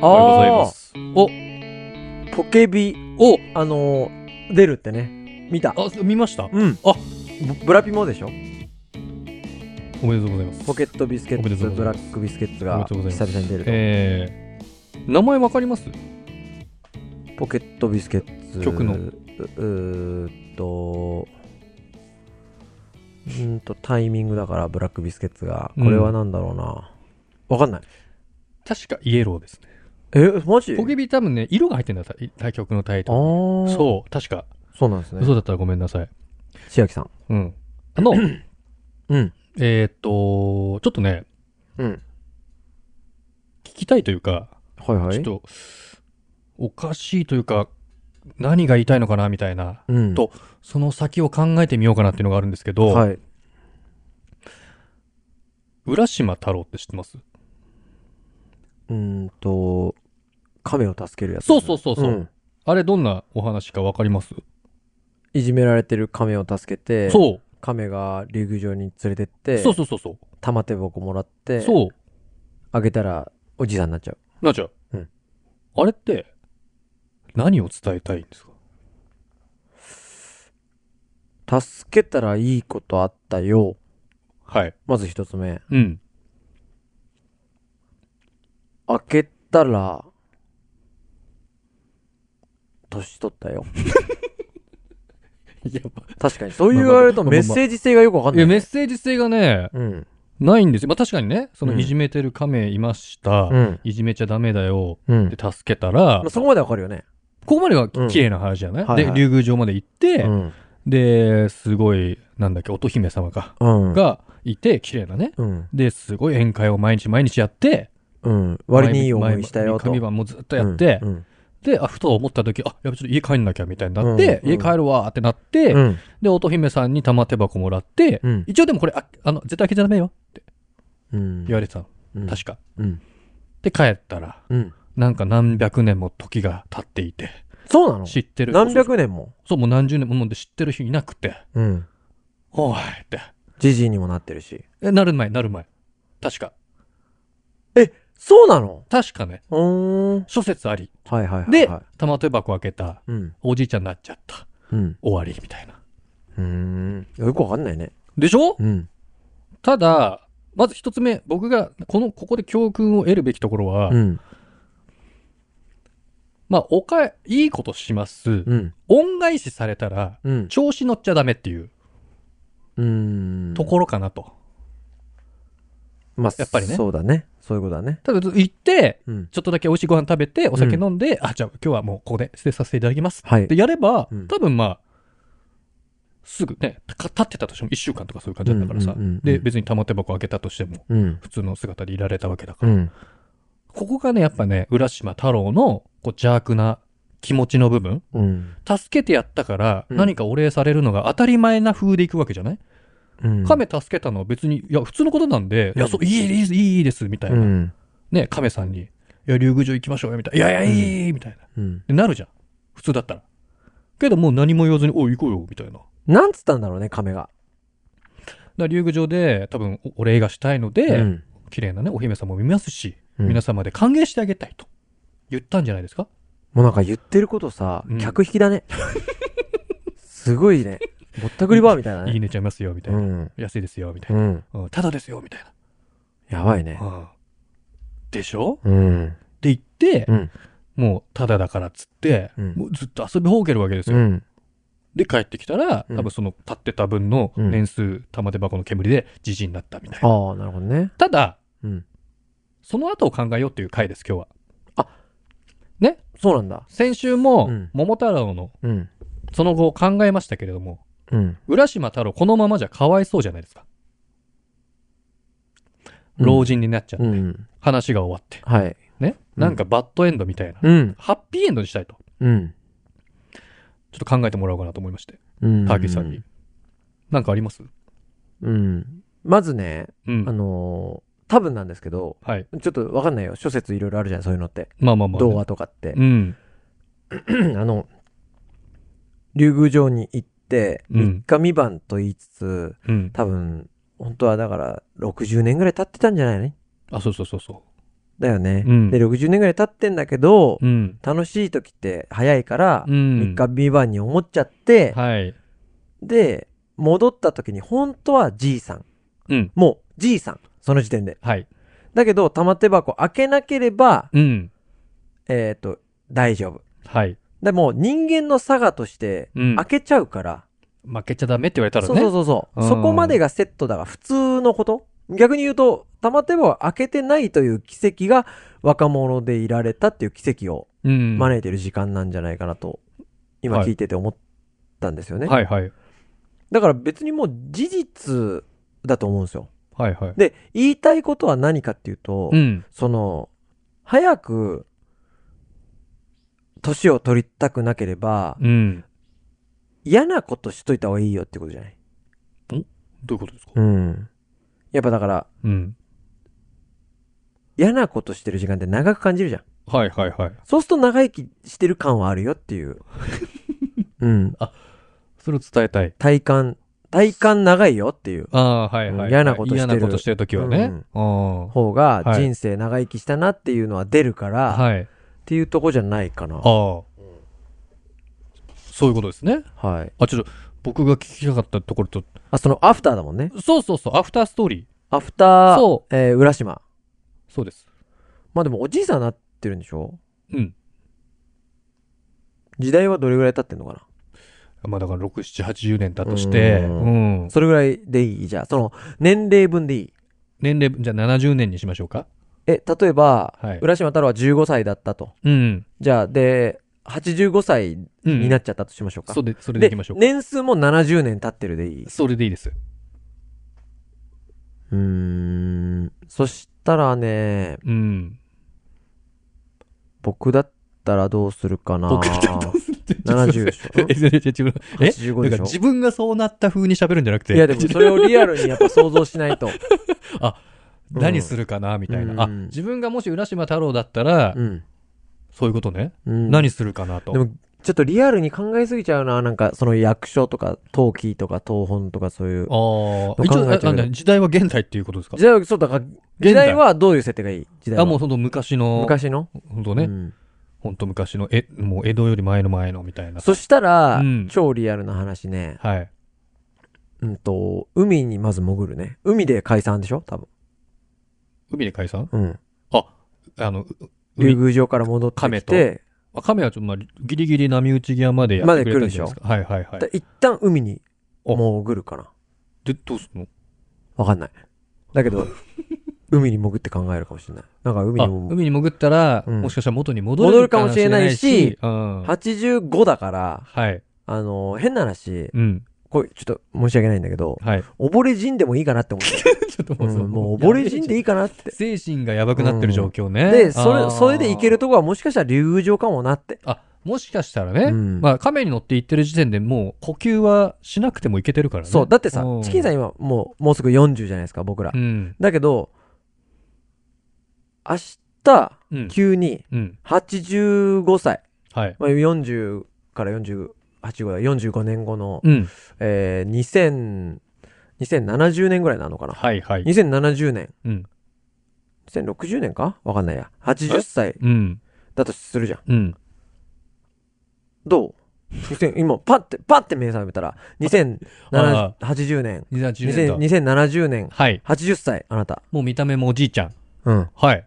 ございます。ポケビを、あのー出るってね。見た。あ、見ましたうん。あブブラピもでしょおめでとうございます。ポケットビスケおめでッとツ、うごブざいラますックビスケッツおめがでとうござい久ます々に出ると。えー、名前わかりますポケットビスケッツ。曲のううーっと、うーんと、タイミングだから、ブラックビスケッツが。これはなんだろうな。わかんない。確かイエローですね。え、マジポケビ多分ね、色が入ってんだ、対曲のタイあトル。ー。う。そう、確か。そうなんですね嘘。だったらごめんなさい。千秋さん。うん。あの、うん。えーっと、ちょっとね、うん。聞きたいというか、はいはい。ちょっと、おかしいというか、何が言いたいのかなみたいな、うん。とその先を考えてみようかなっていうのがあるんですけど、はい。浦島太郎って知ってますうーんと、亀を助けるやつ。そうそうそうそううんあれどんなお話かわかりますいじめられてる亀を助けて、そう亀が竜宮城に連れてって、そうそうそうそう。玉手箱もらって、そあげたらおじさんになっちゃう。う。なっちゃう。うんあれって、何を伝えたいんですか助けたらいいことあったよ。はい。まず一つ目。うん。開けたら、年取ったよ。やば確かに。そう言われるとメッセージ性がよくわかんいない。や、メッセージ性がね、うん。ないんですよ。まあ確かにね、そのうんいじめてる亀いました。うん。いじめちゃダメだよ。うん。で、助けたら、まあそこまでわかるよね。ここまではうん綺麗な話じゃない、はいはいで、竜宮城まで行って、うん。で、すごい、なんだっけ、乙姫様か、うん。がいて、綺麗なね。うん。で、すごい宴会を毎日毎日やって、うん。割にいい思いしたよと。神晩もずっとやって、うん。で、あ、ふと思った時、あ、やべ、ちょっと家帰んなきゃみたいになって、うん家帰るわーってなって、うん。で、乙姫さんに玉手箱もらって、うん一応でもこれ、あ、あの、絶対開けちゃダメよってうん。言われてたの。うん確か。うん。で、帰ったら、うん。なんか何百年も時が経っていて、そうなの知ってる。何そうそう百年も。そう、もう何十年ももうで知ってる人いなくて、うん。おいって。じじいにもなってるし。え、なる前、なる前。確か。そうなの確かね。うーん。諸説あり。はいはいはい、はい。で、玉手箱開けた。うん。おじいちゃんになっちゃった。うん。終わり、みたいな。うーん。よくわかんないね。でしょうん。ただ、まず一つ目、僕が、この、ここで教訓を得るべきところは、うん。まあ、おかえ、いいことします。うん。恩返しされたら、うん。調子乗っちゃダメっていううーん。ところかなと。まあ、やっぱりねそうだね。そういうことだね。ただ、行って、うん。ちょっとだけ美味しいご飯食べて、お酒うん飲んで、あ、じゃあ今日はもうここで捨てさせていただきます。はいで、。やれば、うん多分まあ、すぐね、た立ってたとしても1週間とかそういう感じだったからさうんうんうんうん。で、別に玉手箱開けたとしても、うん。普通の姿でいられたわけだかうら。ん。ここがね、やっぱね、浦島太郎の、こう、邪悪な気持ちの部分。うん。助けてやったから、うん何かお礼されるのが当たり前な風でいくわけじゃない、うん。亀助けたのは別に、いや、普通のことなんで、うんいや、そう、いいです、いいいいです、みたいうな。ん。ね、亀さんに、いや、竜宮城行きましょうよ、みたいな。いやいや、いい、みたいな。うん。でなるじゃん。普通だったら。けどもう何も言わずに、おい、行こうよ、みたいな。だかなんつったんだろうね、亀が。ら竜宮城で、多分お、お礼がしたいので、うん。綺麗なね、お姫様も見ますし、うん皆様で歓迎してあげたいと。言ったんじゃないですかもうなんか言ってることさうん、客引きだね。すごいね。ぼったくりバーみたいだね。いいねちゃいますよ、みたいうな。ん。安いですよ、みたいうな。ん。うん、ただですよ、みたいな。やばいね。うんでしょうん。って言って、うん。もうタダだからっつって、うんもうずっと遊びほうけるわけですうよ。ん。で帰ってきたら、うん多分その立ってた分のうん年数玉手箱の煙でじじになったみたいな。ああ、なるほどね。ただ、うん。その後を考えようっていう回です、今日は。そうなんだ。先週も、うん桃太郎のうん。その後を考えましたけれども、うん。浦島太郎このままじゃかわいそうじゃないですか。老人になっちゃって、うん。話が終わって。はい。ね。うんなんかバッドエンドみたいな。うん。ハッピーエンドにしたいと。うん。ちょっと考えてもらおうかなと思いまして。うん。ターキーさんに。。なんかありますうん。まずね、うあん。のー多分なんですけど、はい。ちょっとわかんないよ。諸説いろいろあるじゃん、そういうのって。まあまあまあね、童話とかって。うん。 あの、竜宮城に行って、うん三日三晩と言いつつ、うん。多分、本当はだから、60年ぐらい経ってたんじゃないのあ、そうそうそうそだよね。うんで、60年ぐらい経ってんだけど、うん。楽しい時って早いから、う三ん。日三晩に思っちゃって、はい。で、戻った時に本当はじいさん。うん。もうじいさん。その時点で。はい。だけど、玉手箱開けなければ、うん。えっ、と、大丈夫。はい。でも、人間の差がとして、うん開けちゃうから、負けちゃダメって言われたらそね。うそうそうそう、うんそこまでがセットだが普通のこと逆に言うと玉手箱を開けてないという奇跡が若者でいられたっていう奇跡をうん。招いてる時間なんじゃないかなと今はい聞いてて思ったんですよね、はいはい。だから別にもう事実だと思うんですよはいはい。で言いたいことは何かっていうと、うん。その早く年を取りたくなければうん。嫌なことしといた方がいいよってことじゃないどういうことですかうんやっぱだからうん。嫌なことしてる時間って長く感じるじゃん。はいはいはい。そうすると長生きしてる感はあるよって いう。うん。それを伝えたい。体感、体感長いよっていうああ、はいはいはい。嫌なことしてる嫌なことしてるときはね。うん。方がはい人生長生きしたなっていうのは出るから、はい。っていうとこじゃないかな。ああ。そういうことですね。はい。あ、ちょっと、僕が聞きたかったところと、あ、そのアフターだもんね。そうそうそう、アフターストーリー。アフター、そえー浦島。そうです。まあでもおじいさんになってるんでしょうん。時代はどれぐらい経ってんのかなまあだから6、7、80年だとして、ううん。それぐらいでいいじゃあ、その年齢分でいい。年齢、じゃあ70年にしましょうか。え、例えば、はい浦島太郎は15歳だったと。うん。じゃあ、で、85歳うん。になっちゃったとしましょうか。そうで、それででいきましょうか。年数も70年経ってるでいい。それでいいです。うーん。そしたらね、うん。僕だったらどうするかな。僕だったらどうするって70でしょ え、全然違うえ、 85だでかしょら自分がそうなった風に喋るんじゃなくて、いやで もそれをリアルにやっぱ想像しないと。うん何するかなみたいな。あ、うん自分がもし浦島太郎だったら、うん。そういうことね。うん、何するかなと。でも、ちょっとリアルに考えすぎちゃうな。なんか、その役所とか、陶器とか、東本とかそういう。あ考あ、えち一ゃう応、あけどあ何時代は現代っていうことですか時代は、そうだから、代時代はどういう設定がいい時代は。あ、もうその昔の、昔のほんとね、うんほんと昔の、え、もう江戸より前の前のみたいな。そしたら、うん超リアルな話ね。はい。うんと、海にまず潜るね。海で解散でしょ多分。海で解散うん。あの、う竜海、宮城から戻って亀きとて、あ亀はちょっと、まあ、ギリギリ波打ち際までやってくれたんじゃないですか。はいはいはい。で一旦海に潜るかな。で、どうすんのわかんない。だけど、 海に潜って考えるかもしれない。なんか海あにも海に潜ったら、うんもしかしたら元に戻る戻るかもしれないしかもしれないし85だから、うん、はい。あの変な話、うん。これちょっと申し訳ないんだけど、 はい。溺れ死んでもいいかなって思って。ちょっとうんもう溺れ死んでいいかなって。精神がやばくなってる状況ね。で、それ、あーそれで行けるとこはもしかしたら竜宮城かもなって。あ、もしかしたらね、うんまあ、亀に乗って行ってる時点でもう呼吸はしなくてもいけてるからね。そう。だってさう、んチキンさん今もう、もうすぐ40じゃないですか、僕らう。ん。だけど、明日、うん。急にうん。 85歳。はい。まあ、40から48ぐらい、45年後の、うん。えー、2000、2070年ぐらいなのかな。はいはい。 2070年。うん。 2060年かわかんないや。80歳うん。だとするじゃん。うん。どう2000今、パッて、パッて目覚めたら、あ2080年、 2010年だ2000 2070年、はい。 80歳、あなた。もう見た目もおじいちゃん。うん。はい。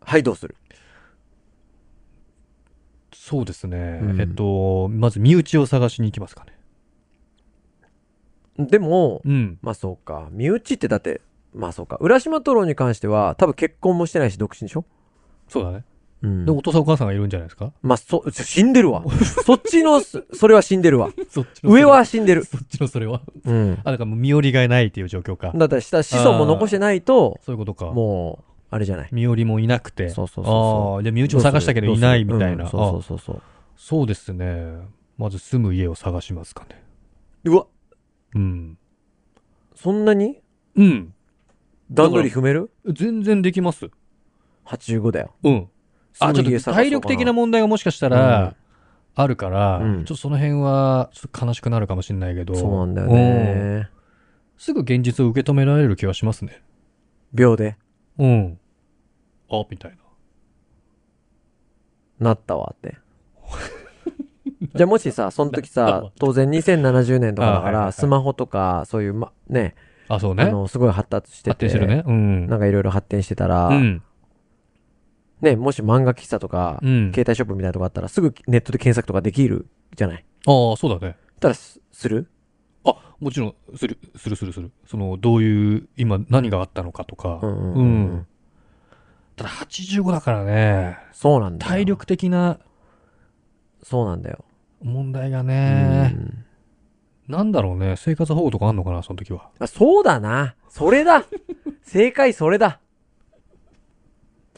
はい、どうするそうですね。うんえっと、まず身内を探しに行きますかね。でも、うん。まあそうか。身内ってだって、まあそうか。浦島太郎に関しては、多分結婚もしてないし、独身でしょそうだね。うんで、お父さんお母さんがいるんじゃないですかまあ、そ、死んでるわ。そっちの、そそれは死んでるわ。 そっち上は死んでる。そっちのそれは。うん。あ、だからもう身寄りがいないっていう状況か。だったら下、子孫も残してないと、そういうことか。もう、あれじゃない。身寄りもいなくて。そうそうそうあそあー、で、身内も探したけどういするないみたいな。うあんそうそうそうそう。そうですね。まず住む家を探しますかね。うわ、うん。そんなにうん。段取り踏める全然できます。 ?85 だよ。うん。あ、ちすょぐ家探っそとうか体力的な問題がもしかしたら、あるから、うんちょっとその辺は、ちょっと悲しくなるかもしれないけど。そうなんだようんね。すぐ現実を受け止められる気はしますね。秒で。うん。あ、みたいな。なったわって。 じゃあもしさ、その時なったさわ、当然2070年とかだかあはいはいはら、いスマホとか、そういう、ま、ね、あ、そうあね。の、すごい発達して発て、展してるね。うん。なんかいろいろ発展してたらう、ん。ね、もし漫画喫茶とかう、ん。携帯ショップみたいなとこあったら、すぐネットで検索とかできるじゃない。ああ、そうだね。たらす、するあ、もちろん、する、するするする。その、どういう、今何があったのかとか。うんうんうんうんただ、85だからね、そうなんだよ。体力的なそうなんだよ。問題がうね、んなんだろうね、生活保護とかあんのかな、その時は。あそうだな。それ だ。正解それだ。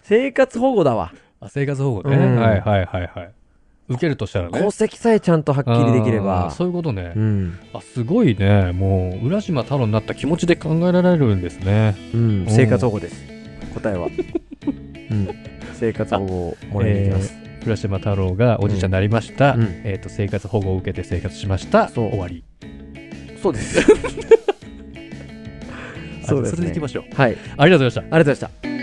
生活保護だわ。あ、生活保護ね。うんはいはいはいはい。受けるとしたらね。戸籍さえちゃんとはっきりできれあーば。そういうことねう。ん。あ、すごいね。もう、浦島太郎になった気持ちで考えられるんですね。うん、生活保護です。答 えは。うん。生活保護をもらいに行きます。浦島太郎がおじいちゃんになりました。うんえっ、と、生活保護を受けて生活しました。そう終わり。そう です。あそうです、ね。れでいきましょう。はい。ありありがとうございまがした。とうございました。